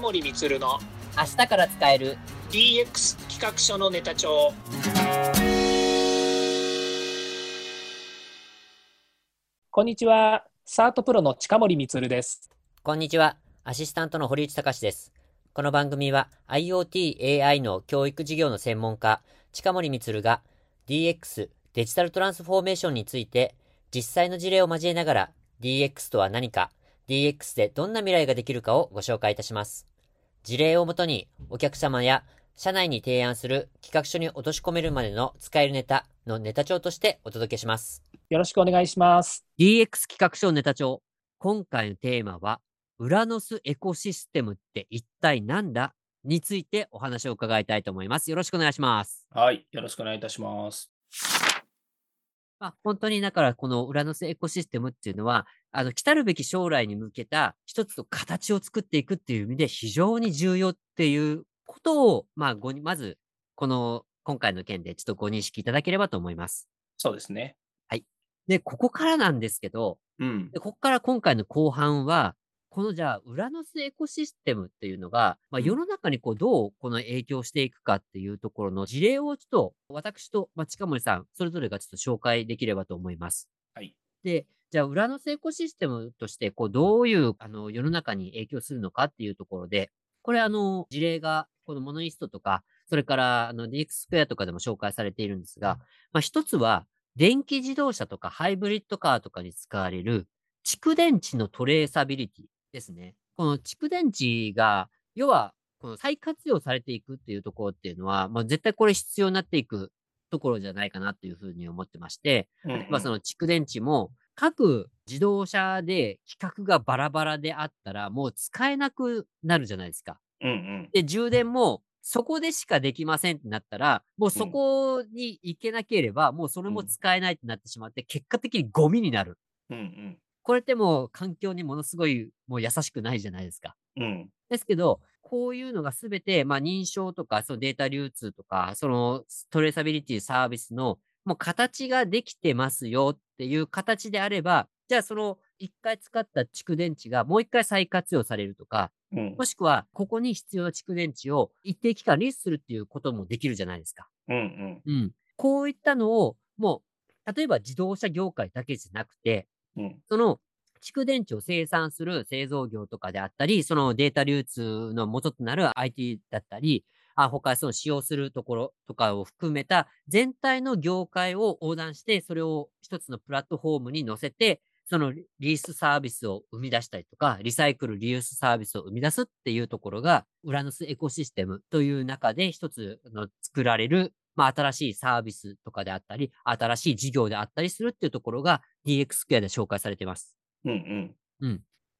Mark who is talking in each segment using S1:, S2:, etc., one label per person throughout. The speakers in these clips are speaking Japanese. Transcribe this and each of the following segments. S1: 森充の
S2: 明日から使える
S1: DX 企画書のネタ帳こんにちはサートプロの近森充です
S2: こんにちはアシスタントの堀内隆ですこの番組は IoTAI の教育事業の専門家近森充が DX デジタルトランスフォーメーションについて実際の事例を交えながら DX とは何か DX でどんな未来ができるかをご紹介いたします事例をもとにお客様や社内に提案する企画書に落とし込めるまでの使えるネタのネタ帳としてお届けします
S1: よろしくお願いします
S2: DX 企画書ネタ帳。今回のテーマは、ウラノスエコシステムって一体なんだについてお話を伺いたいと思います。よろしくお願いします。
S1: はいよろしくお願いいたします
S2: まあ、本当にだからこのウラノスエコシステムっていうのは、あの、来たるべき将来に向けた一つの形を作っていくっていう意味で非常に重要っていうことを、まあ、ごにまず、この今回の件でちょっとご認識いただければと思います。
S1: そうですね
S2: で、ここからなんですけど、
S1: うん
S2: で、ここから今回の後半は、このじゃあ、ウラノスエコシステムっていうのが、ま
S1: う
S2: あ、
S1: ん
S2: 世の中にこうどうこの影響していくかっていうところの事例をちょっと私と、まあ、近森さん、それぞれがちょっと紹介できればと思います。
S1: はい。
S2: で、じゃあ、ウラノスエコシステムとして、こうどういうあの世の中に影響するのかっていうところで、これあの事例がこのモノイストとか、それからあの DX スクエアとかでも紹介されているんですが、まあ、一つは電気自動車とかハイブリッドカーとかに使われる蓄電池のトレーサビリティですね。この蓄電池が、要はこの再活用されていくっていうところっていうのは、まあ、絶対これ必要になっていくところじゃないかなっていうふうに思ってまして、
S1: うんうん
S2: まあその蓄電池も各自動車で規格がバラバラであったらもう使えなくなるじゃないですか。
S1: うんうん
S2: で、充電もそこでしかできませんってなったら、もうそこに行けなければ、もうそれも使えないってなってしまって、結果的にゴミになる。
S1: うん
S2: これってもう環境にものすごいもう優しくないじゃないですか。
S1: うんうん
S2: ですけど、こういうのがすべて、まあ、認証とか、そのデータ流通とか、そのトレーサビリティサービスの、もう形ができてますよっていう形であれば、じゃあその一回使った蓄電池がもう一回再活用されるとか、
S1: うん
S2: もしくはここに必要な蓄電池を一定期間リースするっていうこともできるじゃないですか。
S1: うん
S2: うん。こういったのを、もう、例えば自動車業界だけじゃなくて、
S1: うん
S2: その蓄電池を生産する製造業とかであったり、そのデータ流通の元となる IT だったり、あ他その使用するところとかを含めた全体の業界を横断して、それを一つのプラットフォームに乗せて、そのリリースサービスを生み出したりとか、リサイクル、リユースサービスを生み出すっていうところが、ウラノスエコシステムという中で一つの作られる、まあ、新しいサービスとかであったり、新しい事業であったりするっていうところが DX スクエアで紹介されています。
S1: うんうん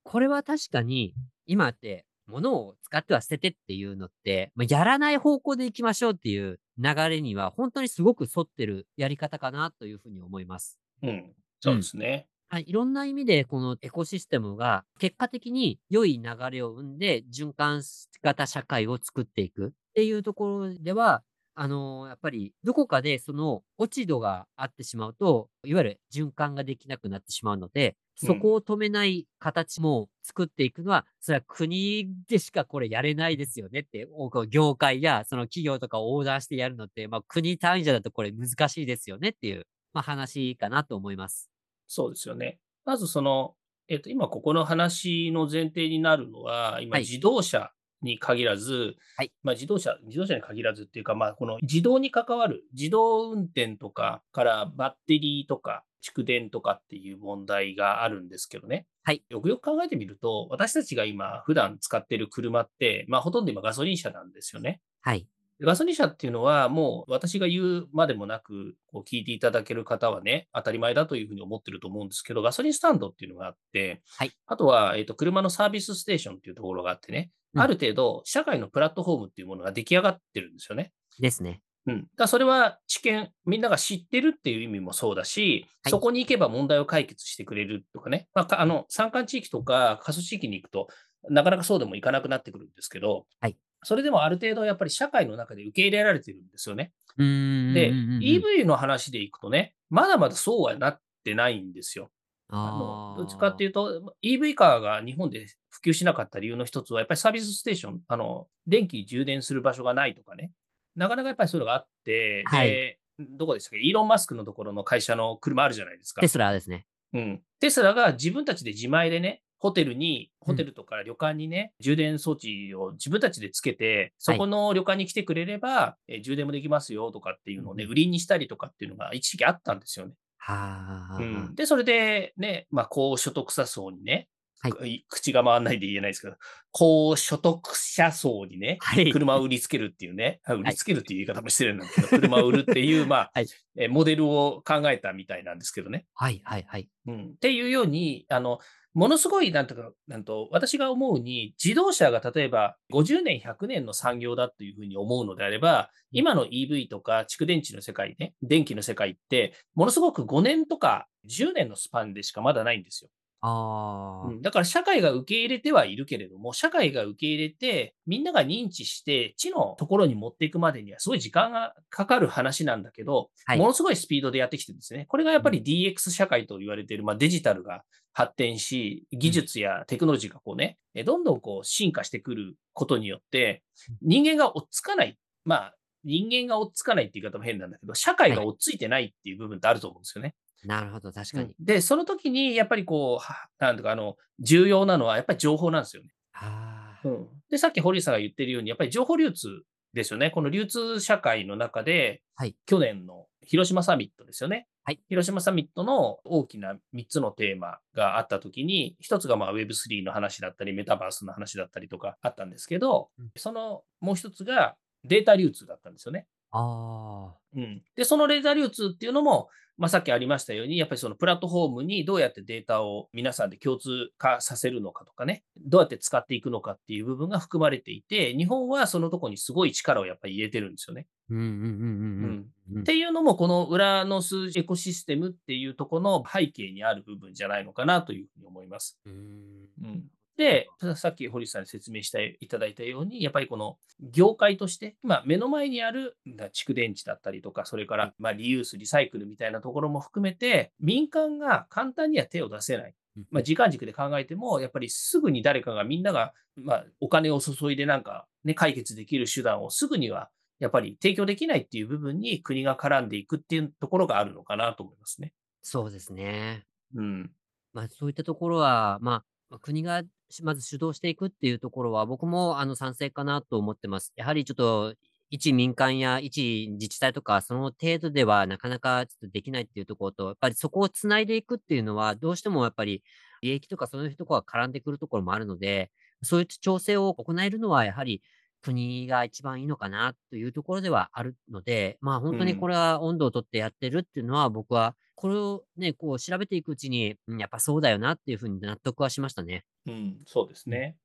S2: これは確かに、今って、物を使っては捨ててっていうのって、まあ、やらない方向で行きましょうっていう流れには、本当にすごく沿ってるやり方かなというふうに思います。
S1: うんそうですね
S2: はい、いろんな意味で、このエコシステムが結果的に良い流れを生んで、循環型社会を作っていくっていうところでは、あのやっぱりどこかでその落ち度があってしまうと、いわゆる循環ができなくなってしまうので、そこを止めない形も作っていくのは、それは国でしかこれやれないですよねって、おこう業界やその企業とかを横断してやるのって、まあ、国単位じゃだとこれ難しいですよねっていう、まあ、話かなと思います。
S1: そうですよね。まずその、えっと、今ここの話の前提になるのは、今
S2: はい
S1: 自動車に限らず、
S2: はい
S1: まあ、自動車、自動車に限らずっていうか、まあ、この自動に関わる、自動運転とかからバッテリーとか蓄電とかっていう問題があるんですけどね。
S2: はい
S1: よくよく考えてみると、私たちが今普段使ってる車って、まあ、ほとんど今ガソリン車なんですよね。
S2: はい。
S1: ガソリン車っていうのは、もう私が言うまでもなく、こう聞いていただける方はね、当たり前だというふうに思ってると思うんですけど、ガソリンスタンドっていうのがあって、
S2: はい
S1: あとは、えっと車のサービスステーションっていうところがあってね、
S2: うん
S1: ある程度、社会のプラットフォームっていうものが出来上がってるんですよね。
S2: ですね。
S1: うん、だからそれは知見、みんなが知ってるっていう意味もそうだし、
S2: はい
S1: そこに行けば問題を解決してくれるとかね、まあか、あの山間地域とか過疎地域に行くとなかなかそうでもいかなくなってくるんですけど、
S2: はい
S1: それでもある程度やっぱり社会の中で受け入れられてるんですよね。
S2: うーん。
S1: で、
S2: うんうんうん
S1: EV の話でいくとね、まだまだそうはなってないんですよ。あのどっちかって
S2: いう
S1: いうと、EV カーが日本で普及しなかった理由の一つは、やっぱりサービスステーション、あの電気充電する場所がないとかね、なかなかやっぱりそういうのがあって、
S2: はい
S1: でどこでしたっけ、イーロン・マスクのところの会社の車あるじゃないですか
S2: テ。スラですね。
S1: うん、テスラが自分たちで自前でね、ホテルに、ホテルとか旅館にね、充電装置を自分たちでつけて、そこの旅館に来てくれれば、えー充電もできますよとかっていうのをね、売りにしたりとかっていうのが一時期あったんですよね。
S2: はあ、
S1: うん、で、それで、ね、まあ、高所得者層にね、
S2: はい
S1: い口が回らないで言えないですけど、高所得者層にね、
S2: はい。
S1: 車を売りつけるっていうね、あ売りつけるっていう言い方も失礼なんですけど、車を売るっていう、まあ
S2: はい
S1: えーモデルを考えたみたいなんですけどね。
S2: はいはいはい。
S1: うん、っていうように、あの、ものすごい、なんとか、なんと、私が思うに、自動車が例えば50年、100年の産業だというふうに思うのであれば、今の EV とか蓄電池の世界ね、電気の世界って、ものすごく5年とか10年のスパンでしかまだないんですよ。
S2: ああ、
S1: うんだから社会が受け入れてはいるけれども、社会が受け入れて、みんなが認知して、知のところに持っていくまでには、すごい時間がかかる話なんだけど、
S2: はい
S1: ものすごいスピードでやってきてるんですね。これがやっぱり DX 社会と言われている、まあ、デジタルが発展し、技術やテクノロジーがこうね、えどんどんこう進化してくることによって、人間が追っつかない、まあ、人間が追っつかないって言い方も変なんだけど、社会が追っついてないっていう部分ってあると思うんですよね。
S2: なるほど、確かに。
S1: うんで、その時にやっぱりこう、はなんとかあの、重要なのはやっぱり情報なんですよね。
S2: あ
S1: う
S2: あ、
S1: ん、で、さっき堀内さんが言ってるように、やっぱり情報流通ですよね。この流通社会の中で、
S2: はい
S1: 去年の広島サミットですよね。
S2: はい
S1: 広島サミットの大きな3つのテーマがあった時に、1つがまあ Web3 の話だったり、メタバースの話だったりとかあったんですけど
S2: うん、
S1: そのもう1つがデータ流通だったんですよね。
S2: ああ、
S1: うん、で、そのレーザー流通っていうのも、まあ、さっきありましたように、やっぱりそのプラットフォームにどうやってデータを皆さんで共通化させるのかとかね、どうやって使っていくのかっていう部分が含まれていて、日本はそのとこにすごい力をやっぱり入れてるんですよね。
S2: うんうんうんうんうん。うん
S1: っていうのも、この裏の数字エコシステムっていうところの背景にある部分じゃないのかなというふうに思います。
S2: うーん
S1: で、ささっき堀内さんに説明していただいたように、やっぱりこの業界として、今、目の前にあるだ蓄電池だったりとか、それからまあリユース、リサイクルみたいなところも含めて、民間が簡単には手を出せない。まあ、時間軸で考えても、やっぱりすぐに誰かがみんなが、まあ、お金を注いでなんか、ね、解決できる手段をすぐにはやっぱり提供できないっていう部分に国が絡んでいくっていうところがあるのかなと思いますね。
S2: そうですね。
S1: うん。
S2: まあ、そういったところは、まあまあ、国がしまず主導していくっていうところは、僕もあの賛成かなと思ってます。やはりちょっと、一民間や一自治体とか、その程度ではなかなかちょっとできないっていうところと、やっぱりそこをつないでいくっていうのは、どうしてもやっぱり利益とかそういうところが絡んでくるところもあるので、そういった調整を行えるのは、やはり国が一番いいのかなというところではあるので、まあ本当に
S1: うん
S2: これは温度をとってやってるっていうのは、僕はこれをね、こう調べていくうちに、うんやっぱそうだよなっていうふうに納得はしましたね。
S1: うん、そうですね。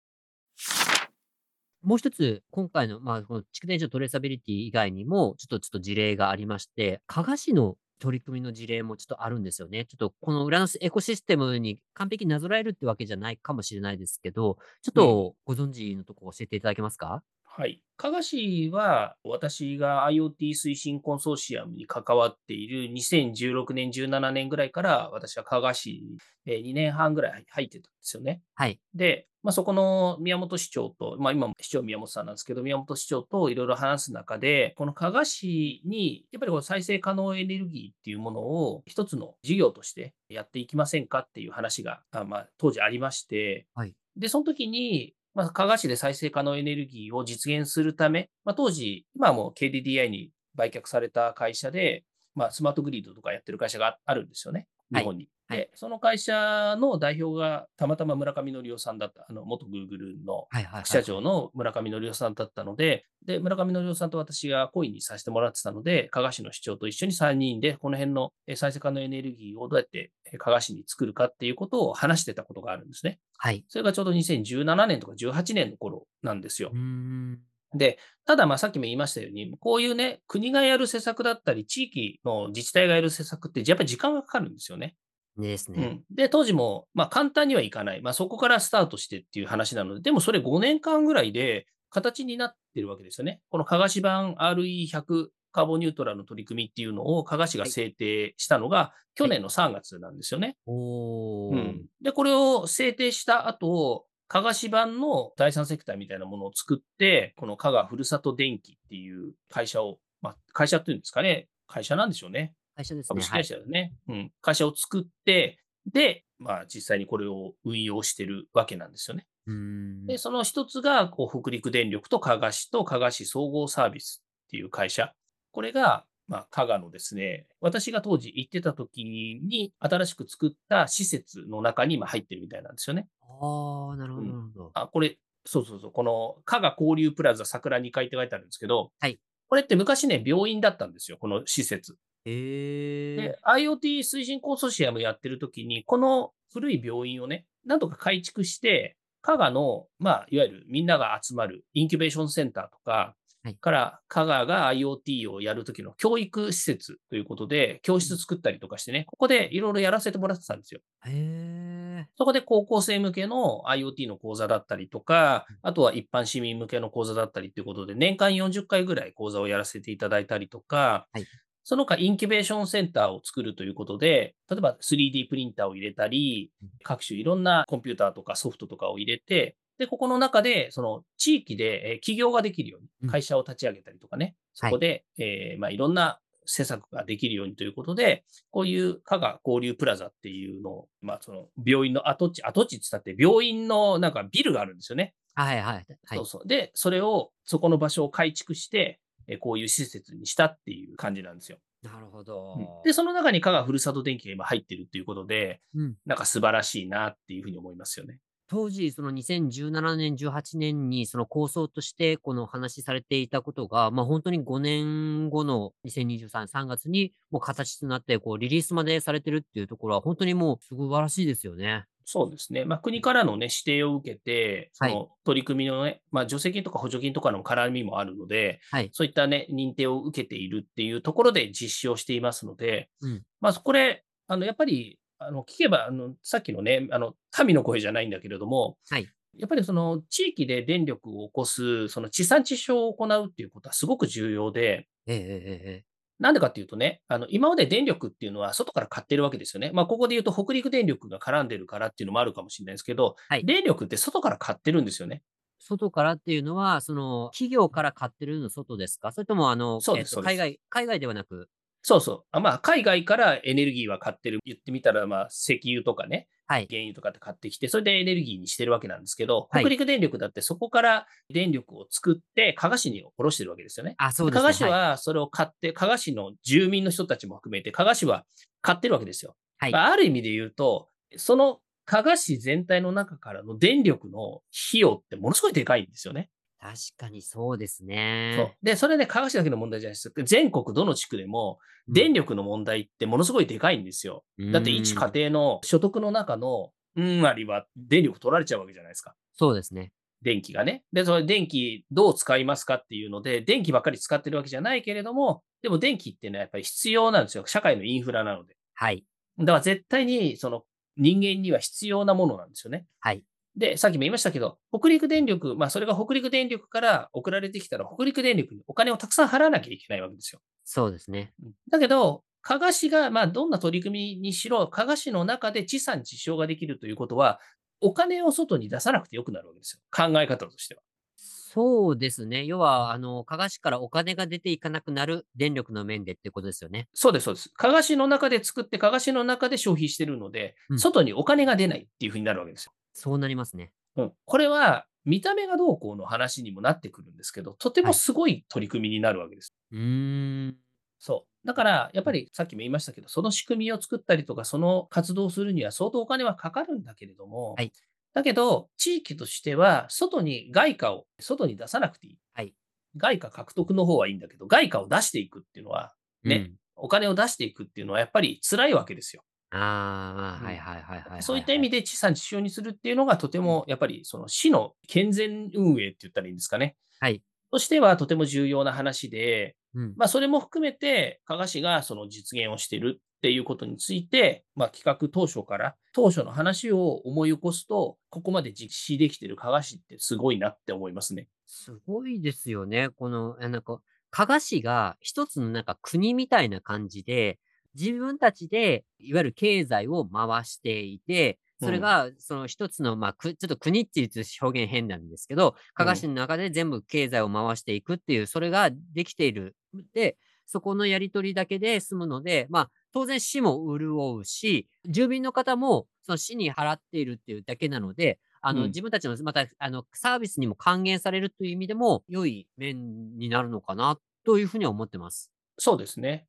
S2: もう一つ、今回の、まあ、この蓄電所トレーサビリティ以外にも、ちょっと、ちょっと事例がありまして、加賀市の取り組みの事例もちょっとあるんですよね。ちょっと、この裏のエコシステムに完璧になぞらえるってわけじゃないかもしれないですけど、ちょっとご存知のとこ教えていただけますか、
S1: はい、加賀市は私が IoT 推進コンソーシアムに関わっている2016年、17年ぐらいから私は加賀市にえー2年半ぐらい入ってたんですよね。
S2: はい。
S1: で、まあ、そこの宮本市長と、まあ、今も市長宮本さんなんですけど、宮本市長といろいろ話す中で、この加賀市に、やっぱりこの再生可能エネルギーっていうものを一つの事業としてやっていきませんかっていう話が、あまあ、当時ありまして、
S2: はい
S1: で、その時に、まあ、加賀市で再生可能エネルギーを実現するため、まあ、当時、今はもう KDDI に売却された会社で、まあ、スマートグリードとかやってる会社がああるんですよね、
S2: は
S1: 日
S2: い
S1: 本に。
S2: はい
S1: で、その会社の代表がたまたま村上則夫さんだった、あの元 Google の
S2: はいはい、はい。
S1: 副社長の村上則夫さんだったので、で村上則夫さんと私が懇意にさせてもらってたので、加賀市の市長と一緒に3人で、この辺のえ再生可能エネルギーをどうやってえ加賀市に作るかっていうことを話してたことがあるんですね。
S2: はい。
S1: それがちょうど2017年とか18年の頃なんですよ
S2: うー。ん。
S1: で、ただまあさっきも言いましたように、こういうね、国がやる施策だったり、地域の自治体がやる施策って、やっぱり時間がかかるんですよね。
S2: です
S1: う
S2: ね。
S1: ん、で、当時も、まあ、簡単にはいかない、まあ、そこからスタートしてっていう話なので、でもそれ5年間ぐらいで形になってるわけですよね。この加賀市版 RE100 カーボンニュートラルの取り組みっていうのを加賀市が制定したのが去年の3月なんですよね。
S2: お
S1: う
S2: ー
S1: ん、で、これを制定した後、加賀市版の第三セクターみたいなものを作って、この加賀ふるさと電気っていう会社を、まあ、会社っていうんですかね、会社なんでしょうね。
S2: 会社です
S1: 株
S2: ね。
S1: 式
S2: はい
S1: 会。社だね。うん。会社を作って、で、まあ、実際にこれを運用してるわけなんですよね。
S2: うーん
S1: で、その一つが、こう、北陸電力と加賀市と加賀市総合サービスっていう会社。これが、まあ、加賀のですね、私が当時行ってた時に、新しく作った施設の中に今入ってるみたいなんですよね。
S2: ああ、なるほど、
S1: うん
S2: なるほど。
S1: あ、これ、そうそうそう、この、加賀交流プラザ桜2階って書いてあるんですけど、
S2: はい
S1: これって昔ね、病院だったんですよ、この施設。
S2: へえ
S1: で、IoT 推進コンソシアムやってる時に、この古い病院をね、なんとか改築して、加賀の、まあ、いわゆるみんなが集まるインキュベーションセンターとか、
S2: はい
S1: から加賀が IoT をやる時の教育施設ということで、教室作ったりとかしてね、ここでいろいろやらせてもらってたんですよ。
S2: へえ
S1: そこで高校生向けの IoT の講座だったりとか、あとは一般市民向けの講座だったりということで、年間40回ぐらい講座をやらせていただいたりとか、
S2: はい
S1: その他インキュベーションセンターを作るということで、例えば 3D プリンターを入れたり
S2: うん、
S1: 各種いろんなコンピューターとかソフトとかを入れて、で、ここの中で、その地域でえー起業ができるよう
S2: うん
S1: に、会社を立ち上げたりとかね、
S2: はい
S1: そこで、えーまあ、いろんな施策ができるようにということで、こういう加賀交流プラザっていうのを、まあ、その病院の跡地、跡地って言ったって、病院のなんかビルがあるんですよね。
S2: はいはいはい
S1: そう。そうで、それを、そこの場所を改築して、えこういう施設にしたっていう感じなんですよ。
S2: なるほ
S1: うん
S2: ど。
S1: で、その中に加賀ふるさと電気が今入ってるっていうことで、
S2: うん
S1: なんか素晴らしいなっていうふうに思いますよね。
S2: 当時、その2017年、18年に、その構想として、この話しされていたことが、まあ本当に5年後の2023、3月に、もう形となって、こう、リリースまでされてるっていうところは、本当にもう素晴らしいですよね。
S1: そうですね。まあ、国からのね、指定を受けて、そ
S2: はい
S1: の取り組みのね、まあ、助成金とか補助金とかの絡みもあるので、
S2: はい
S1: そういったね、認定を受けているっていうところで実施をしていますので、
S2: うん
S1: まあ、これ、あの、やっぱり、あの、聞けば、あの、さっきのね、あの、民の声じゃないんだけれども、
S2: はい
S1: やっぱりその地域で電力を起こす、その地産地消を行うっていうことはすごく重要で、
S2: ええええええ
S1: なんでかっていうとね、あの今まで電力っていうのは外から買ってるわけですよね。まあ、ここで言うと北陸電力が絡んでるからっていうのもあるかもしれないですけど、
S2: はい
S1: 電力って外から買ってるんですよね。
S2: 外からっていうのは、その、企業から買ってるの外ですかそれとも、あの、
S1: そうです
S2: え
S1: そ
S2: っと
S1: うです
S2: 海外、海外ではなく、
S1: そうそう。あまあ、海外からエネルギーは買ってる。言ってみたら、まあ、石油とかね、
S2: はい。
S1: 原油とかって買ってきて、それでエネルギーにしてるわけなんですけど、
S2: はい
S1: 北陸電力だってそこから電力を作って、加賀市に卸してるわけですよね。
S2: あ、そうです
S1: 加
S2: ね。
S1: 賀市
S2: い
S1: はそれを買って、加賀市の住民の人たちも含めて、加賀市は買ってるわけですよ。
S2: はい
S1: まあ、ある意味で言うと、その加賀市全体の中からの電力の費用ってものすごいでかいんですよね。
S2: 確かにそうです
S1: そう
S2: ね。
S1: で、それね、加賀市だけの問題じゃないです。全国どの地区でも
S2: うん
S1: 電力の問題ってものすごいでかいんですよ。だって一
S2: うん
S1: 家庭の所得の中のうん割は電力取られちゃうわけじゃないですか。
S2: そうですね。
S1: 電気がね。で、それ電気どう使いますかっていうので、電気ばっかり使ってるわけじゃないけれども、でも電気っていうのはやっぱり必要なんですよ。社会のインフラなので。
S2: はい。
S1: だから絶対にその人間には必要なものなんですよね。
S2: はい。
S1: で、さっきも言いましたけど、北陸電力、まあそれが北陸電力から送られてきたら、北陸電力にお金をたくさん払わなきゃいけないわけですよ。
S2: そうですね。
S1: だけど、加賀市が、まあ、どんな取り組みにしろ、加賀市の中で地産地消ができるということは、お金を外に出さなくてよくなるわけですよ。考え方としては。
S2: そうですね。要は、あの、加賀市からお金が出ていかなくなる電力の面でってことですよね。
S1: そうです、そうです。加賀市の中で作って、加賀市の中で消費してるので、
S2: うん
S1: 外にお金が出ないっていうふうになるわけですよ。
S2: そうなりますね。
S1: うん、これは、見た目がどうこうの話にもなってくるんですけど、とてもすごい取り組みになるわけです。
S2: うーん。
S1: そう。だから、やっぱりさっきも言いましたけど、その仕組みを作ったりとか、その活動をするには相当お金はかかるんだけれども、
S2: はい
S1: だけど、地域としては、外に外貨を、外に出さなくていい。
S2: はい
S1: 外貨獲得の方はいいんだけど、外貨を出していくっていうのは、ね
S2: うん。
S1: お金を出していくっていうのはやっぱり辛いわけですよ。
S2: あ
S1: う
S2: あ、
S1: ん
S2: はいはいはいはいはい。
S1: そういった意味
S2: で。
S1: で地産地消にするっていうのがとてもやっぱりその市の健全運営って言ったらいいんですかね。
S2: はい。
S1: としてはとても重要な話で、
S2: うん。
S1: まあ、それも含めて、加賀市がその実現をしているっていうことについて、まあ、企画当初から、当初の話を思い起こすと、ここまで実施できている加賀市ってすごいなって思いますね。
S2: すごいですよね。この、えなんか、加賀市が一つのなんか国みたいな感じで、自分たちでいわゆる経済を回していて、それがその一つの、まあ、くちょっと国っていうと表現変なんですけど、加賀市の中で全部経済を回していくっていう、それができている。で、そこのやり取りだけで済むので、まあ、当然市も潤うし、住民の方もその市に払っているっていうだけなので、あ
S1: う
S2: の、
S1: ん
S2: 自分たちのまたあのサービスにも還元されるという意味でも、良い面になるのかなというふうには思ってます。
S1: そうですね。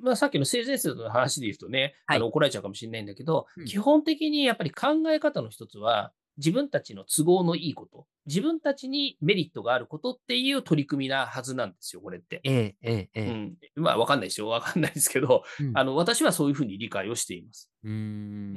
S1: まあ、さっきの性善説の話で言うとね、
S2: はい
S1: あの怒られちゃうかもしれないんだけど、
S2: うん
S1: 基本的にやっぱり考え方の一つは、自分たちの都合のいいこと、自分たちにメリットがあることっていう取り組みなはずなんですよ、これって。
S2: ええ、ええ、え
S1: う
S2: え。
S1: ん、まあ、わかんないですよ。わかんないですけど、
S2: うん
S1: あの、私はそういうふうに理解をしています。
S2: うーん
S1: う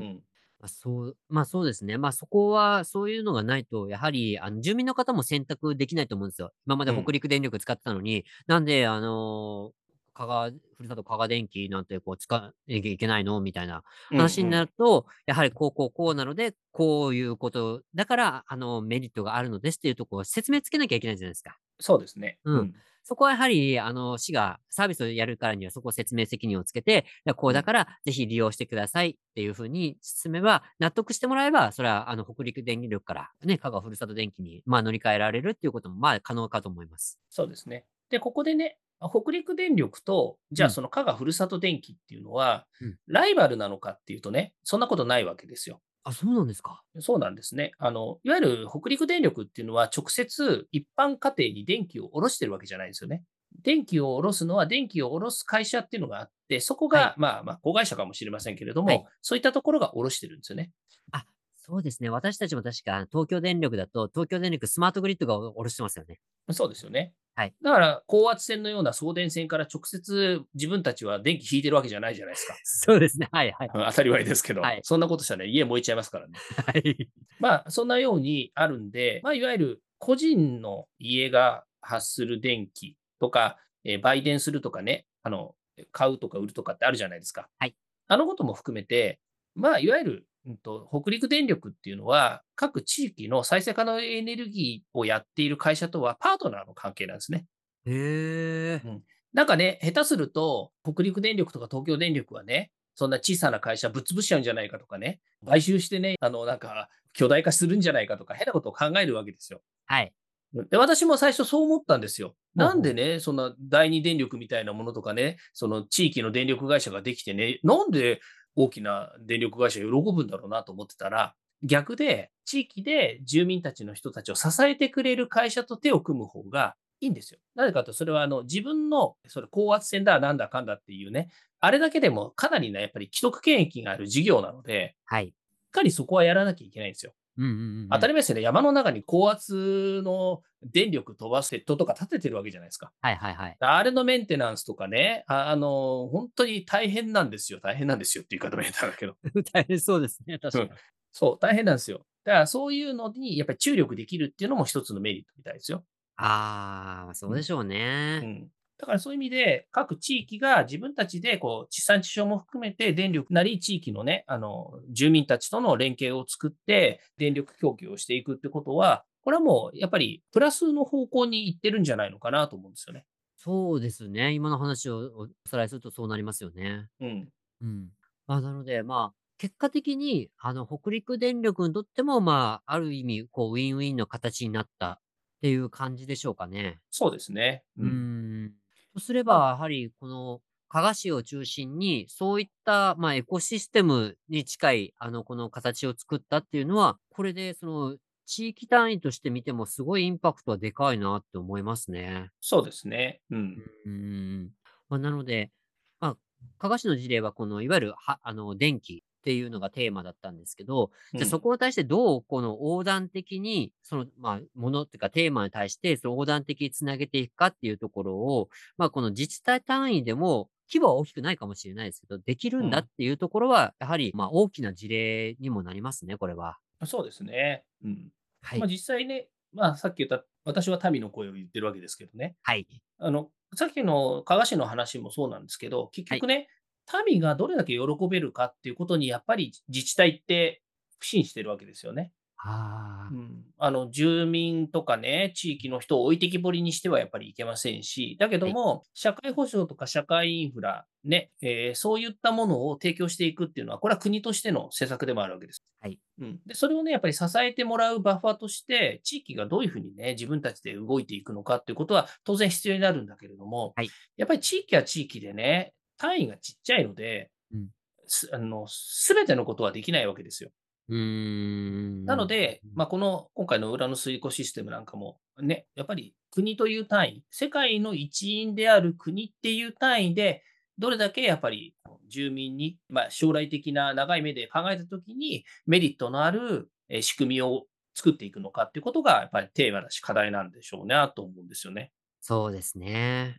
S1: ん。
S2: まあ、そう、まあそうですね。まあそこは、そういうのがないと、やはり、あの、住民の方も選択できないと思うんですよ。今まで
S1: うん
S2: 北陸電力使ってたのに、なんで、あのー、加賀、ふるさと加賀電気なんてこう使わなきゃいけないのみたいな話になると、やはりこうこうこうなので、こういうこと、だから、あの、メリットがあるのですっていうところを説明つけなきゃいけないじゃないですか。
S1: そうですね。
S2: うんそこはやはり、あの、市がサービスをやるからには、そこを説明責任をつけて、いやこうだから、ぜひ利用してくださいっていうふうに進めば、納得してもらえば、それは、あの、北陸電力から、ね、香川ふるさと電気に、まあ、乗り換えられるっていうことも、まあ、可能かと思います。
S1: そうですね。で、ここでね、北陸電力と、じゃ
S2: う
S1: あ
S2: ん
S1: その加賀ふるさと電気っていうのは
S2: うん、
S1: ライバルなのかっていうとね、そんなことないわけですよ。
S2: あ、そうなんですか。
S1: そうなんですね。あの、いわゆる北陸電力っていうのは直接一般家庭に電気を卸してるわけじゃないんですよね。電気を卸すのは電気を卸す会社っていうのがあって、そこが、
S2: はい
S1: まあまあ、子会社かもしれませんけれども、
S2: はい
S1: そういったところが卸してるんですよね。
S2: そうですね。私たちも確か、東京電力だと、東京電力スマートグリッドがおろしてますよね。
S1: そうですよね。
S2: はい
S1: だから、高圧線のような送電線から直接自分たちは電気引いてるわけじゃないじゃないですか。
S2: そうですね。はいはい。
S1: うん当たり前ですけど、
S2: はい
S1: そんなことしたら、ね、家燃えちゃいますからね。
S2: はい。
S1: まあ、そんなようにあるんで、まあ、いわゆる個人の家が発する電気とか、えー売電するとかね、あの、買うとか売るとかってあるじゃないですか。
S2: はい
S1: あのことも含めて、まあ、いわゆる、うんと、北陸電力っていうのは、各地域の再生可能エネルギーをやっている会社とはパートナーの関係なんですね。
S2: へえ。
S1: なんかね、下手すると、北陸電力とか東京電力はね、そんな小さな会社ぶっ潰しちゃうんじゃないかとかね、買収してね、あの、なんか、巨大化するんじゃないかとか、変なことを考えるわけですよ。
S2: はい。
S1: で、私も最初そう思ったんですよ。
S2: ほうほ
S1: な
S2: う
S1: んでね、そんな第二電力みたいなものとかね、その地域の電力会社ができてね、なんで大きな電力会社喜ぶんだろうなと思ってたら、逆で、地域で住民たちの人たちを支えてくれる会社と手を組む方がいいんですよ。なぜかというと、それはあの自分のそれ高圧線だ、なんだかんだっていうね、あれだけでもかなりな、やっぱり既得権益がある事業なので、
S2: はい。
S1: しっかりそこはやらなきゃいけないんですよ。
S2: うんうんうん。
S1: 当たり前ですよね、山の中に高圧の電力飛ばす鉄塔とか立ててるわけじゃないですか。
S2: はいはいはい。
S1: あれのメンテナンスとかね、ああの本当に大変なんですよ、大変なんですよっていう言い方も下手だけど、
S2: 大変そうですね。確かに。
S1: そう、大変なんですよ。だからそういうのにやっぱり注力できるっていうのも一つのメリットみたいですよ。
S2: ああ、そうでしょう
S1: う
S2: ね。
S1: んだからそういう意味で、各地域が自分たちでこう地産地消も含めて、電力なり地域のね、あの住民たちとの連携を作って、電力供給をしていくってことは、これはもうやっぱりプラスの方向にいってるんじゃないのかなと思うんですよね。
S2: そうですね。今の話をおさらいするとそうなりますよね。
S1: うん、
S2: うん。まあ、なので、まあ、結果的に、あの、北陸電力にとっても、まあ、ある意味、こう、ウィンウィンの形になったっていう感じでしょうかね。
S1: そうですね。
S2: うーん。とすれば、やはり、この、加賀市を中心に、そういった、まあ、エコシステムに近い、あの、この形を作ったっていうのは、これで、その、地域単位として見ても、すごいインパクトはでかいなって思いますね。
S1: そうですね。うん、
S2: うん。まあ、なので、まあ、加賀市の事例は、この、いわゆるは、あの、電気っていうのがテーマだったんですけど、じゃあそ
S1: こ
S2: こに対してどう、この横断的に、その、まあ、ものっていうかテーマに対して、その横断的につなげていくかっていうところを、まあ、この自治体単位でも、規模は大きくないかもしれないですけど、できるんだ
S1: うん
S2: っていうところは、やはり、まあ、大きな事例にもなりますね、これは。
S1: そうですね。うん
S2: はい
S1: まあ、。実際ね、まあ、さっき言った、私は民の声を言ってるわけですけどね。
S2: はい。
S1: あの、さっきの加賀市の話もそうなんですけど、結局ね、民がどれだけ喜べるかっていうことに、やっぱり自治体って不信してるわけですよね。
S2: あ
S1: う
S2: ー
S1: ん、あの住民とかね、地域の人を置いてきぼりにしてはやっぱりいけませんし、だけども、社会保障とか社会インフラ、ねえーそういったものを提供していくっていうのは、これは国としての政策でもあるわけです。
S2: はい
S1: うん、でそれをね、やっぱり支えてもらうバッファーとして、地域がどういうふうにね、自分たちで動いていくのかっていうことは当然必要になるんだけれども、
S2: はい
S1: やっぱり地域は地域でね、単位がちっちゃいので
S2: うん、
S1: すあの全てのことはできないわけですよ。
S2: うーん。
S1: なので、
S2: うん
S1: まあ、この今回の裏の水庫システムなんかも、ね、やっぱり国という単位、世界の一員である国っていう単位で、どれだけやっぱり住民に、まあ、将来的な長い目で考えたときに、メリットのあるえー仕組みを作っていくのかっていうことが、やっぱりテーマだし、課題なんでしょうなと思うんですよね。
S2: そうですね。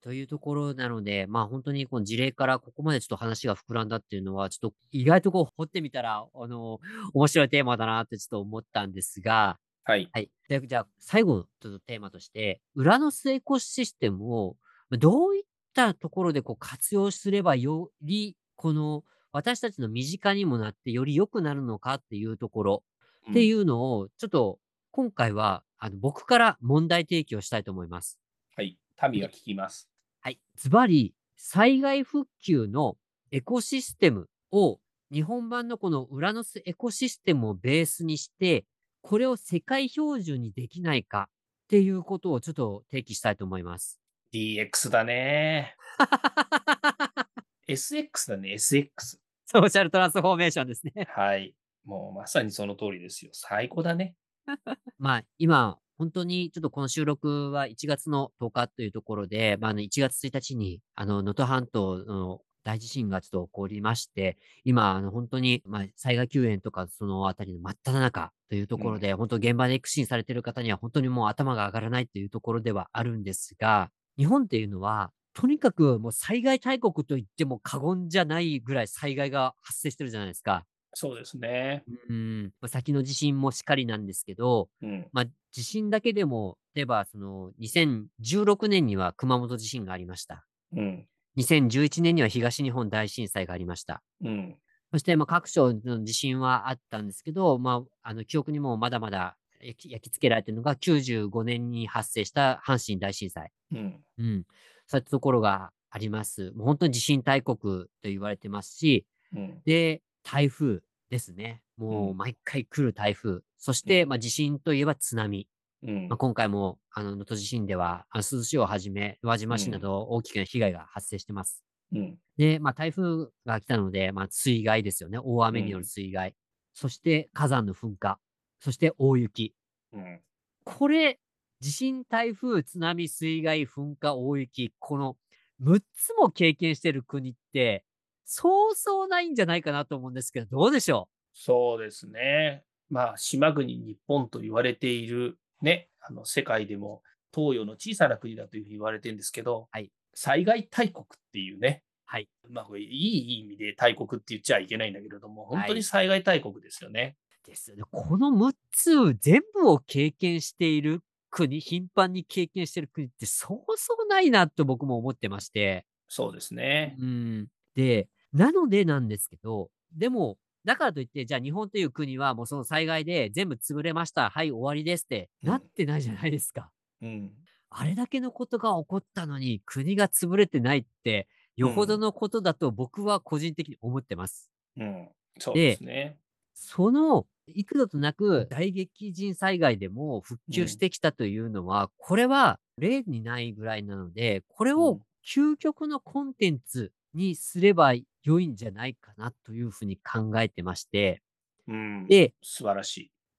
S2: というところなので、まあ本当にこの事例からここまでちょっと話が膨らんだっていうのは、ちょっと意外とこう掘ってみたら、あの、面白いテーマだなってちょっと思ったんですが、
S1: はい。
S2: はい。でじゃあ最後のちょっとテーマとして、裏の成功システムをまあどういったところでこう活用すればより、この私たちの身近にもなってより良くなるのかっていうところ、って
S1: うん
S2: いうのを、ちょっと今回はあの僕から問題提起をしたいと思います。
S1: はい。民が聞きます。
S2: はい。ズバリ、災害復旧のエコシステムを日本版のこのウラノスエコシステムをベースにして、これを世界標準にできないかっていうことをちょっと提起したいと思います。
S1: DX だね。SX だね、SX。
S2: ソーシャルトランスフォーメーションですね。
S1: はい。もうまさにその通りですよ。最高だね。
S2: まあ、今、本当にちょっとこの収録は1月の10日というところで、まあ、あの1月1日に、あの、能登半島の大地震がちょっと起こりまして、今、あの、本当に、まあ、災害救援とか、そのあたりの真っ只中というところで、本当現場で苦心されている方には、本当にもう頭が上がらないというところではあるんですが、日本っていうのは、とにかくもう災害大国と言っても過言じゃないぐらい災害が発生してるじゃないですか。
S1: そうですね。
S2: うん。まあ先の地震もしかりなんですけど、
S1: うん。
S2: まあ、地震だけでも、例えばその2016年には熊本地震がありました。
S1: うん。
S2: 2011年には東日本大震災がありました。
S1: うん。
S2: そしてまあ各所の地震はあったんですけど、まあ、あの記憶にもまだまだ焼き焼き付けられているのが95年に発生した阪神大震災。
S1: うん。
S2: うん。そういったところがあります。もう本当に地震大国と言われてますし、
S1: うん。
S2: で、台風ですね。もううん毎回来る台風。そして、まあ、地震といえば津波。
S1: うん
S2: まあ、今回も、あの、能登地震では、あの珠洲市をはじめ、輪島市な
S1: うん
S2: ど大きな被害が発生してます。
S1: うん。
S2: で、まあ、台風が来たので、まあ、水害ですよね。大雨によ
S1: う
S2: る
S1: ん
S2: 水害。そして、火山の噴火。そして、大雪。
S1: うん。
S2: これ、地震、台風、津波、水害、噴火、大雪。この6つも経験してる国って、そうそうないんじゃないかなと思うんですけど、どうでしょ
S1: そうですね。まあ、島国日本と言われている、ね、あの世界でも東洋の小さな国だというふうに言われてるんですけど、
S2: はい
S1: 災害大国っていうね、
S2: はい
S1: まあ、これいい意味で大国って言っちゃいけないんだけれども、本当
S2: はい
S1: に災害大国ですよね。
S2: うですよね。この6つ全部を経験している国、頻繁に経験している国ってそうそうないなと僕も思ってまして。
S1: そうですね。
S2: うん。で、なのでなんですけど、でも、だからといって、じゃあ日本という国はもうその災害で全部潰れました。はい、終わりですって
S1: うん
S2: なってないじゃないですか。
S1: うん。
S2: あれだけのことが起こったのに国が潰れてないって、よほどのことだと僕は個人的に思ってます。
S1: うん。そうですね。
S2: その幾度となく大激甚災害でも復旧してきたというのは、これは例にないぐらいなので、これ
S1: う
S2: を
S1: ん
S2: 究極のコンテンツにすれば良いんじゃないかなというふうに考えてまして、
S1: うん。
S2: で、
S1: 素晴らし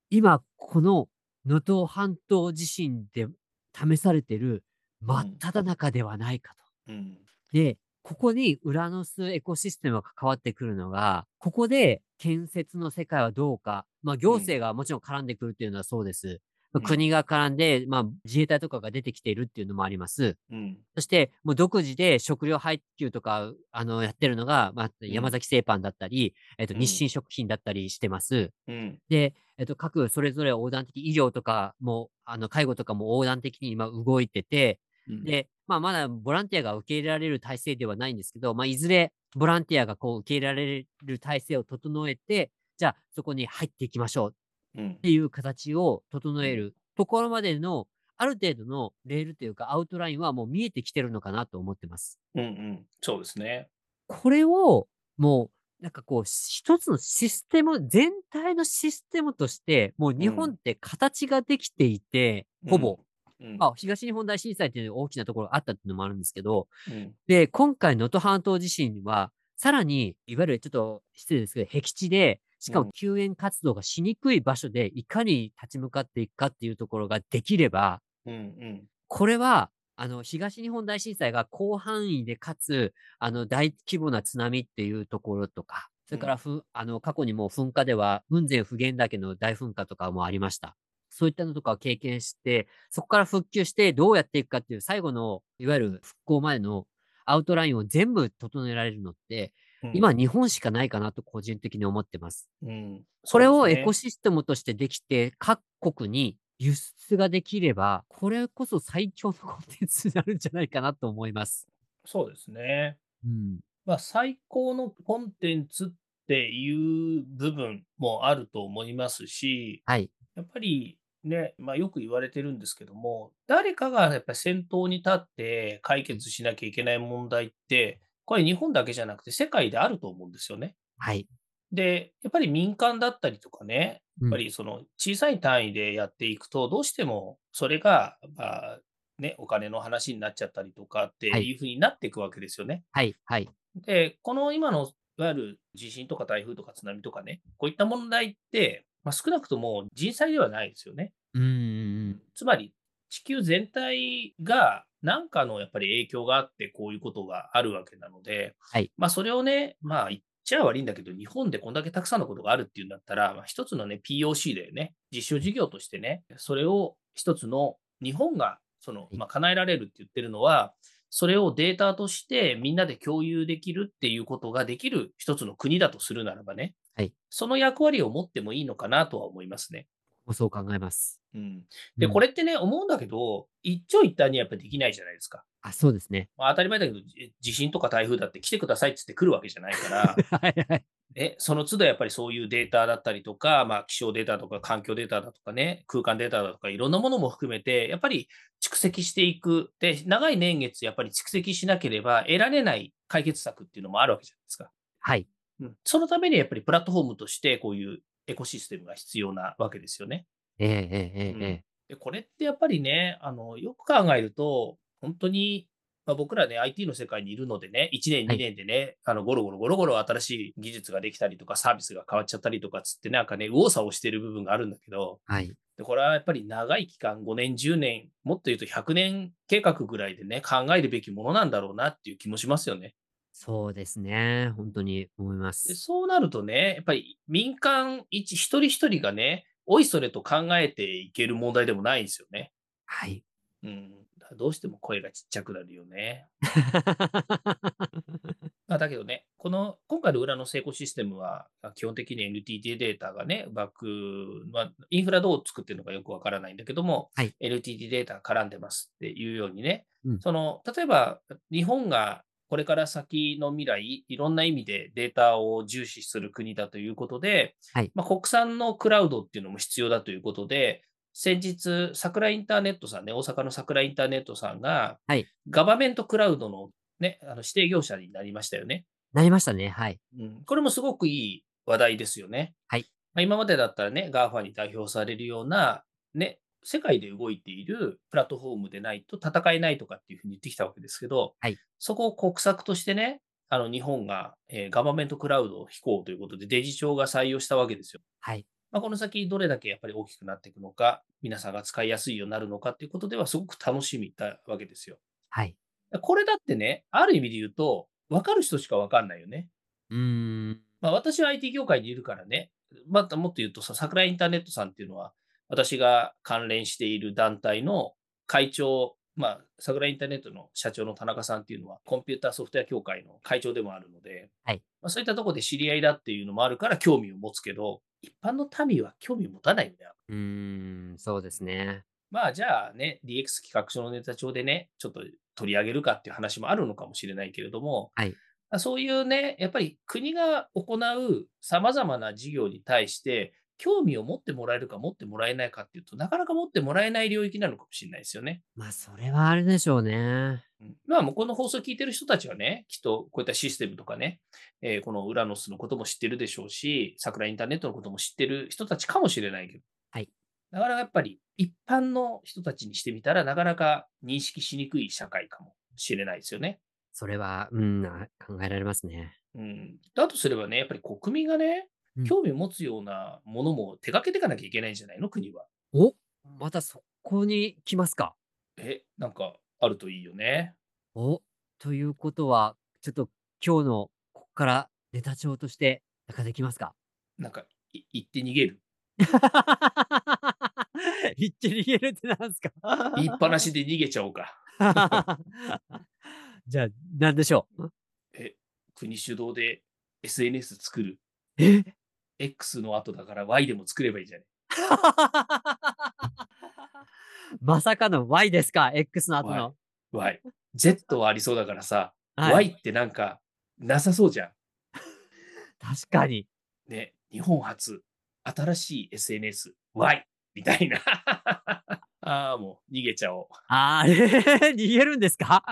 S1: い。
S2: 今この能登半島地震で試されてる真っ只中ではないかと。
S1: うん。
S2: で、ここにウラノスエコシステムが関わってくるのが、ここで建設の世界はどうか、まあ行政がもちろん絡んでくるっていうのはそうです。まあ
S1: うん
S2: 国が絡んで、まあ自衛隊とかが出てきているっていうのもあります。
S1: うん。
S2: そして、もう独自で食料配給とか、あの、やってるのが、まあ、山崎製パンだったり、えっと、
S1: うん
S2: 日清食品だったりしてます。
S1: うん。
S2: で、えっと、各それぞれ横断的医療とかも、あの、介護とかも横断的に今動いてて、
S1: うん、
S2: で、まあ、まだボランティアが受け入れられる体制ではないんですけど、まあ、いずれボランティアがこう受け入れられる体制を整えて、じゃあそこに入っていきましょう
S1: うん
S2: っ。ていう形を整えるところまでの、ある程度のレールというかアウトラインはもう見えてきてるのかなと思ってます。
S1: うんうん。そうですね。
S2: これをもう、なんかこう、一つのシステム、全体のシステムとして、もう日本って形ができていて、ほぼ、
S1: うん。
S2: まあ、東日本大震災っていうのが大きなところがあったっていうのもあるんですけど、
S1: うん。
S2: で、今回の能登半島地震は、さらに、いわゆるちょっと失礼ですけど、僻地で、しか
S1: う
S2: も
S1: ん
S2: 救援活動がしにくい場所で、いかに立ち向かっていくかっていうところができれば、
S1: うんうん。
S2: これは、あの、東日本大震災が広範囲で、かつ、あの、大規模な津波っていうところとか、それからふ、あの、過去にも噴火では、雲仙普賢岳の大噴火とかもありました。そういったのとかを経験して、そこから復旧してどうやっていくかっていう最後の、いわゆる復興前のアウトラインを全部整えられるのって、
S1: うん
S2: 今、日本しかないかなと個人的に思ってます。
S1: うん、
S2: これ
S1: そう
S2: を
S1: です
S2: エ
S1: ね
S2: コシステムとしてできて、各国に輸出ができれば、これこそ最強のコンテンツになるんじゃないかなと思います。
S1: そうですね。
S2: うん。
S1: まあ、最高のコンテンツっていう部分もあると思いますし、
S2: はい。
S1: やっぱりね、まあ、よく言われてるんですけども、誰かがやっぱり先頭に立って解決しなきゃいけない問題って、これ日本だけじゃなくて世界であると思うんですよね。
S2: はい。
S1: で、やっぱり民間だったりとかね、やっぱ
S2: うん
S1: りその小さい単位でやっていくと、どうしてもそれが、まあね、お金の話になっちゃったりとかって
S2: はい
S1: いうふうになっていくわけですよね。
S2: はい。はい。
S1: で、この今のいわゆる地震とか台風とか津波とかね、こういった問題って、まあ、少なくとも人災ではないですよね。
S2: うんうん
S1: つまり地球全体が何かのやっぱり影響があってこういうことがあるわけなので、
S2: はい
S1: まあそれをね、まあ言っちゃ悪いんだけど、日本でこんだけたくさんのことがあるっていうんだったら、まあ、一つのね、POC だよね、実証事業としてね、それを一つの日本がその、
S2: い
S1: まあ、叶えられるって言ってるのは、それをデータとしてみんなで共有できるっていうことができる一つの国だとするならばね、
S2: はい
S1: その役割を持ってもいいのかなとは思いますね。
S2: うん。そう考えます。
S1: うん、で、
S2: うん
S1: これってね、思うんだけど、一長一短にはやっぱりできないじゃないですか。
S2: あ、そうです ね。
S1: まあ、当たり前だけど、じ地震とか台風だって来てくださいって言って来るわけじゃないから、
S2: はいはい。
S1: えその都度やっぱりそういうデータだったりとか、まあ、気象データとか環境データだとかね、空間データだとか、いろんなものも含めて、やっぱり蓄積していく。で、長い年月やっぱり蓄積しなければ得られない解決策っていうのもあるわけじゃないですか。
S2: はい。
S1: うん、そのためにやっぱりプラットフォームとしてこういうエコシステムが必要なわけですよね。
S2: えええええ
S1: うん
S2: え
S1: で、これってやっぱりね、あの、よく考えると、本当に、まあ、僕らね、IT の世界にいるのでね、1年、
S2: はい
S1: 2年でね、あの、ゴロゴロゴロゴロ新しい技術ができたりとか、サービスが変わっちゃったりとかつって、なんかね、右往左往してる部分があるんだけど、
S2: はい。
S1: でこれはやっぱり長い期間、5年、10年、もっと言うと100年計画ぐらいでね、考えるべきものなんだろうなっていう気もしますよね。
S2: そうですね。本当に思いま。
S1: ですそうなるとね、やっぱり民間一、一人一人がね、おいそれと考えていける問題でもないんですよね。
S2: はい。
S1: うん、だからどうしても声がちっちゃくなるよね。まあ、だけどね、この今回の裏の成功システムは、あ基本的に NTT データがね、バック、まあ、インフラどう作ってるのかよくわからないんだけども、
S2: はい
S1: NTT データが絡んでますっていうようにね、
S2: うん
S1: その例えば日本がこれから先の未来、いろんな意味でデータを重視する国だということで、
S2: はい
S1: まあ、国産のクラウドっていうのも必要だということで、先日、桜インターネットさんね、大阪の桜インターネットさんが、
S2: はい
S1: ガバメントクラウドの,、ね、あの指定業者になりましたよね。
S2: なりましたね。はい。
S1: うん、これもすごくいい話題ですよね。
S2: はい
S1: まあ、今までだったらね、GAFA に代表されるような、ね、世界で動いているプラットフォームでないと戦えないとかっていうふうに言ってきたわけですけど、
S2: はい
S1: そこを国策としてね、あの日本が、えーガバメントクラウドを飛行ということで、デジ庁が採用したわけですよ。
S2: はい。
S1: まあ、この先どれだけやっぱり大きくなっていくのか、皆さんが使いやすいようになるのかっていうことでは、すごく楽しみたわけですよ。
S2: はい。
S1: これだってね、ある意味で言うと、分かる人しか分かんないよね。
S2: うーん。
S1: まあ、私は IT 業界にいるからね、またもっと言うとさ、桜インターネットさんっていうのは、私が関連している団体の会長、まあ、桜インターネットの社長の田中さんっていうのは、コンピューターソフトウェア協会の会長でもあるので、
S2: はい
S1: まあ、そういったところで知り合いだっていうのもあるから興味を持つけど、一般の民は興味持たないよね。
S2: うーん。そうですね。
S1: まあ、じゃあね、DX 企画書のネタ帳でね、ちょっと取り上げるかっていう話もあるのかもしれないけれども、
S2: はい
S1: そういうね、やっぱり国が行うさまざまな事業に対して、興味を持ってもらえるか持ってもらえないかっていうとなかなか持ってもらえない領域なのかもしれないですよね。
S2: まあそれはあれでしょうね。
S1: うん、まあもうこの放送聞いてる人たちはね、きっとこういったシステムとかね、えー、このウラノスのことも知ってるでしょうし、桜インターネットのことも知ってる人たちかもしれないけど、
S2: はい、
S1: なかなかやっぱり一般の人たちにしてみたらなかなか認識しにくい社会かもしれないですよね。
S2: それは、うん、考えられますね。
S1: うん、だとすればね、やっぱり国民がね、興味を持つようなものも手掛けていかなきゃいけないんじゃないの、国は。
S2: おまたそこに来ますか。
S1: え、なんかあるといいよね。
S2: おということは、ちょっと今日のここからネタ帳として、なんかできますか
S1: なんか、行って逃げる。
S2: 行って逃げるってなんですか
S1: 言いっぱなしで逃げちゃおうか。
S2: じゃあ、なんでしょう。
S1: え、国主導で SNS 作る。
S2: え
S1: X の後だから Y でも作ればいいじゃない。
S2: まさかの Y ですか ?X の後の。
S1: Y。Z はありそうだからさ、はい、Y ってなんかなさそうじゃん。
S2: 確かに。
S1: ね、日本初、新しい SNS、Y みたいな。 ああ、もう逃げちゃおう。
S2: あれ、 逃げるんですか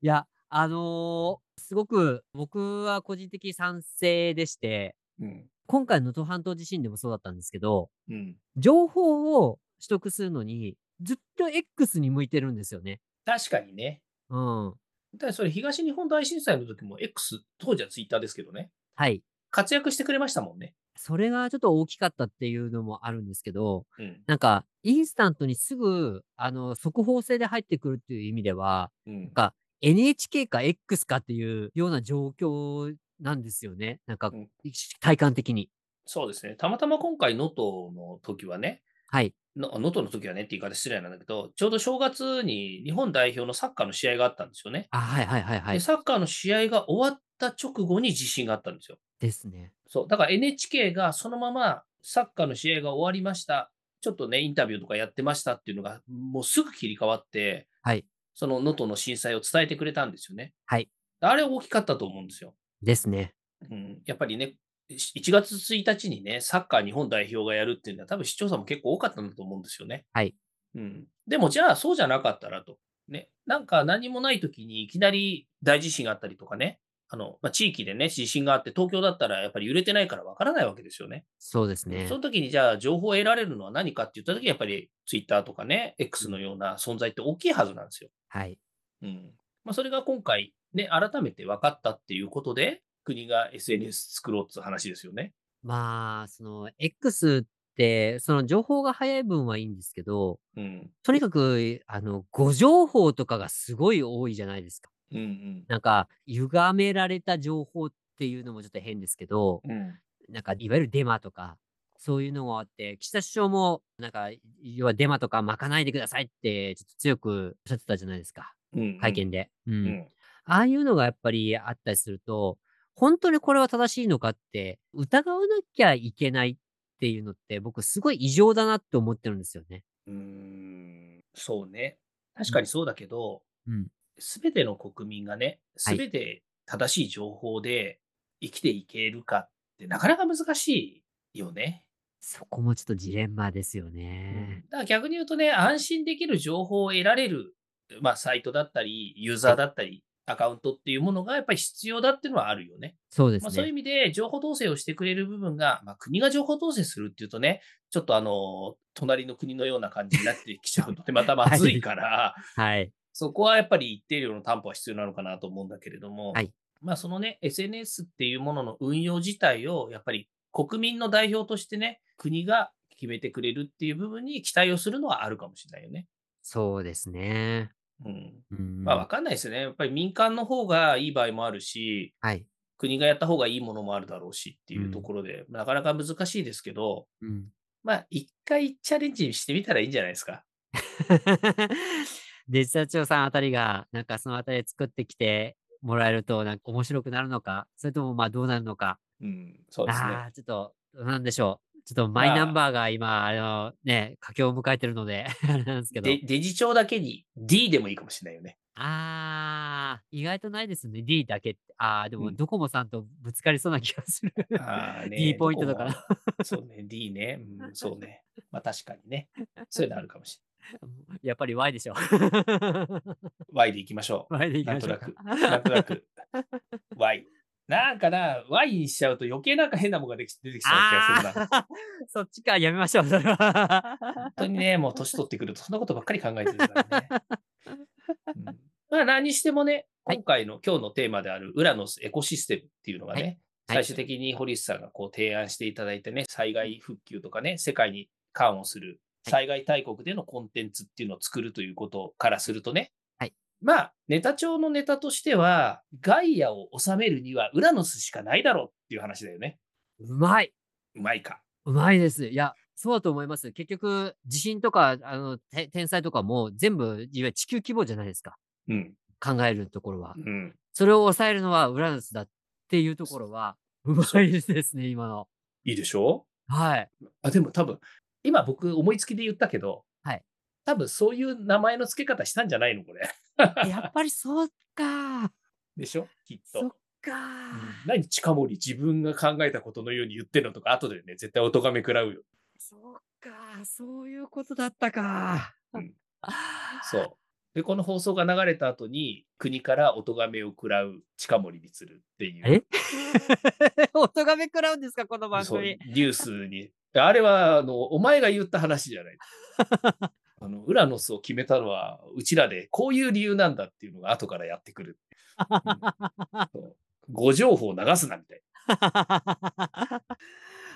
S2: いや、あのー、すごく僕は個人的賛成でして、
S1: うん、
S2: 今回の能登半島地震でもそうだったんですけど、
S1: うん、
S2: 情報を取得するのに、ずっと X に向いてるんですよね。
S1: 確かにね。
S2: うん。
S1: だそれ東日本大震災の時も X、当時は Twitter ですけどね。
S2: はい。
S1: 活躍してくれましたもんね。
S2: それがちょっと大きかったっていうのもあるんですけど、
S1: うん、
S2: なんか、インスタントにすぐ、あの、速報性で入ってくるっていう意味では、
S1: うん、なん
S2: か、NHK か X かっていうような状況なんですよね。なんか、うん、体感的に。
S1: そうですね。たまたま今回、能登の時はね、
S2: はい。
S1: 能登の時はねって言い方失礼なんだけど、ちょうど正月に日本代表のサッカーの試合があったんですよね。
S2: あ、はいはいはいはい。
S1: で、サッカーの試合が終わった直後に地震があったんですよ。
S2: ですね。
S1: そう。だから NHK がそのままサッカーの試合が終わりました。ちょっとね、インタビューとかやってましたっていうのが、もうすぐ切り替わって、
S2: はい。
S1: その能登の震災を伝えてくれたんですよね。
S2: はい。
S1: あれ大きかったと思うんですよ。
S2: ですね。
S1: うん。やっぱりね、1月1日にね、サッカー日本代表がやるっていうのは、多分視聴者も結構多かったんだと思うんですよね。
S2: はい。
S1: うん。でもじゃあ、そうじゃなかったらと。ね。なんか何もない時にいきなり大地震があったりとかね。あの、まあ、地域でね、地震があって、東京だったらやっぱり揺れてないからわからないわけですよね。
S2: そうですね。
S1: その時にじゃあ、情報を得られるのは何かって言った時に、やっぱり Twitter とかね、X のような存在って大きいはずなんですよ。
S2: はい。
S1: うん。まあ、それが今回、ね、改めて分かったっていうことで、国が SNS 作ろうって話ですよね。
S2: まあ、その X って、その情報が早い分はいいんですけど、
S1: うん、
S2: とにかく、あの、誤情報とかがすごい多いじゃないですか。
S1: うんうん、
S2: なんか、歪められた情報っていうのもちょっと変ですけど、
S1: うん、
S2: なんか、いわゆるデマとか、そういうのがあって、岸田首相も、なんか、要はデマとか巻かないでくださいって、ちょっと強くおっしゃってたじゃないですか。
S1: うんうん、
S2: 会見で。
S1: うん、うん、
S2: ああいうのがやっぱりあったりすると、本当にこれは正しいのかって疑わなきゃいけないっていうのって僕すごい異常だなって思ってるんですよね。
S1: うーんそうね確かにそうだけど、す、
S2: う、
S1: べ、ん、ての国民がねすべて正しい情報で生きていけるかってなかなか難しいよね。
S2: そこもちょっとジレンマですよね。
S1: うん、だから逆に言うとね安心できる情報を得られる、まあ、サイトだったりユーザーだったり、はいアカウントっていうものがやっぱり必要だっていうのはあるよね。
S2: そうです、ね、
S1: まあ、そういう意味で情報統制をしてくれる部分が、まあ、国が情報統制するっていうとね、ちょっとあの、隣の国のような感じになってきちゃうので、またまずいから、
S2: はい、
S1: そこはやっぱり一定量の担保は必要なのかなと思うんだけれども、
S2: はい、
S1: まあそのね、SNS っていうものの運用自体をやっぱり国民の代表としてね、国が決めてくれるっていう部分に期待をするのはあるかもしれないよね。
S2: そうですね。
S1: うん、うん、まあ分かんないですよね。やっぱり民間の方がいい場合もあるし、
S2: はい、
S1: 国がやった方がいいものもあるだろうしっていうところで、うん、なかなか難しいですけど、
S2: うん、
S1: まあ一回チャレンジしてみたらいいんじゃないですか。
S2: デジタ庁さんあたりが、なんかそのあたり作ってきてもらえると、なんか面白くなるのか、それともまあどうなるのか。
S1: うん、そうですね。
S2: ちょっと、なんでしょう。ちょっとマイナンバーが今、あのね、佳境を迎えてるので、 あれなんですけど。
S1: でデジ帳だけに D でもいいかもしれないよね。
S2: あー、意外とないですね。D だけって。あー、で
S1: う
S2: も、
S1: ん
S2: ドコモさんとぶつかりそうな気がする。
S1: あー
S2: D ポイントだか。
S1: ど
S2: ら。
S1: こも そうね、D ね。うん、そうね。まあ確かに ね。そういうのあるかもし
S2: やっぱり Y でしょ。
S1: れない。Y でいきましょう。
S2: Y でいき
S1: な
S2: ま
S1: ん
S2: し
S1: とな
S2: ょうか
S1: く。。なんとなく。Y。なんかな、Y にしちゃうと余計なんか変なものができ出てきそうな気がするな。
S2: あ ーそっちか、やめましょう。それは
S1: 本当にね、もう年取ってくるとそんなことばっかり考えてるからね。うんまあ何にしてもね、
S2: はい
S1: 今回の、今日のテーマであるウラノスエコシステムっていうのがね、
S2: はい
S1: 最終的に堀内さんがこう提案していただいたね、災害復旧とかね、世界に関をする
S2: はい
S1: 災害大国でのコンテンツっていうのを作るということからするとね、
S2: はい
S1: まあネタ帳のネタとしては、ガイアを収めるにはウラノスしかないだろうっていう話だよね。
S2: うまい。
S1: うまいか。
S2: うまいです。いや、そうだと思います。結局、地震とか、あの、て天災とかも全部、いわゆる地球規模じゃないですか。
S1: うん。
S2: 考えるところは
S1: う。ん。
S2: それを抑えるのはウラヌスだっていうところは、うまいですね、今の。
S1: いいでしょう
S2: はい。
S1: あでも多分今僕思いつきで言ったけど、
S2: はい、
S1: 多分そういう名前の付け方したんじゃないのこれ。
S2: やっぱりそうか。
S1: でしょきっと。
S2: そっ
S1: う
S2: か。
S1: ん何近森自分が考えたことのように言ってるのとか後でね絶対お咎め食らうよ。
S2: そっか。そういうことだったか。
S1: うん
S2: あー
S1: そうでこの放送が流れた後に国からお咎めを食らう近森光っていう
S2: え お咎め食らうんですか、この番
S1: そう
S2: 組
S1: ニ。ュースにあれはあのお前が言った話じゃないあのウラノスを決めたのはうちらでこういう理由なんだっていうのが後からやってくる。そう誤情報を流すなみたいな。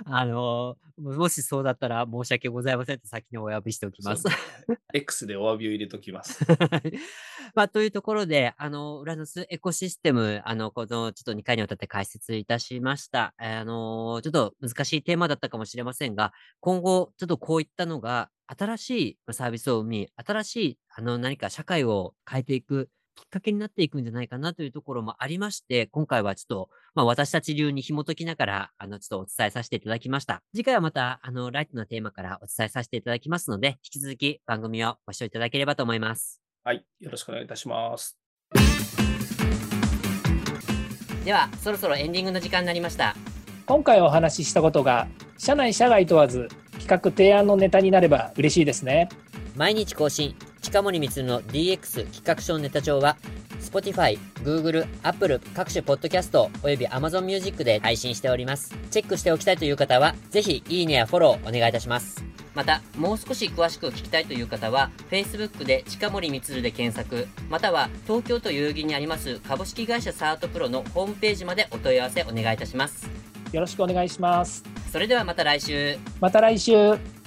S2: あのももしそうだったら申し訳ございませんと先にお詫びしておきます
S1: そう。ね X でお詫びを入れときます。
S2: はい まあ、というところで、あの、ウラノスエコシステム、あの、この、ちょっと2回にわたって解説いたしました。えーあの、ちょっと難しいテーマだったかもしれませんが、今後、ちょっとこういったのが、新しいまあサービスを生み、新しい、あの、何か社会を変えていくきっかけになっていくんじゃないかなというところもありまして、今回はちょっと、まあ、私たち流に紐解きながら、あの、ちょっとお伝えさせていただきました。次回はまた、あの、ライトなテーマからお伝えさせていただきますので、引き続き番組をご視聴いただければと思います。
S1: はい、よろしくお願いいたします。
S2: ではそろそろエンディングの時間になりました
S3: 今回お話ししたことが社内社外問わず企画提案のネタになれば嬉しいですね
S2: 毎日更新近森光の DX 企画書ネタ帳は Spotify、Google、Apple 各種ポッドキャストおよび Amazon Music で配信しておりますチェックしておきたいという方はぜひいいねやフォローお願いいたしますまたもう少し詳しく聞きたいという方は Facebook で近森光で検索または東京都代々木にあります株式会社サートプロのホームページまでお問い合わせお願いいたします
S3: よろしくお願いします
S2: それではまた来週
S3: また来週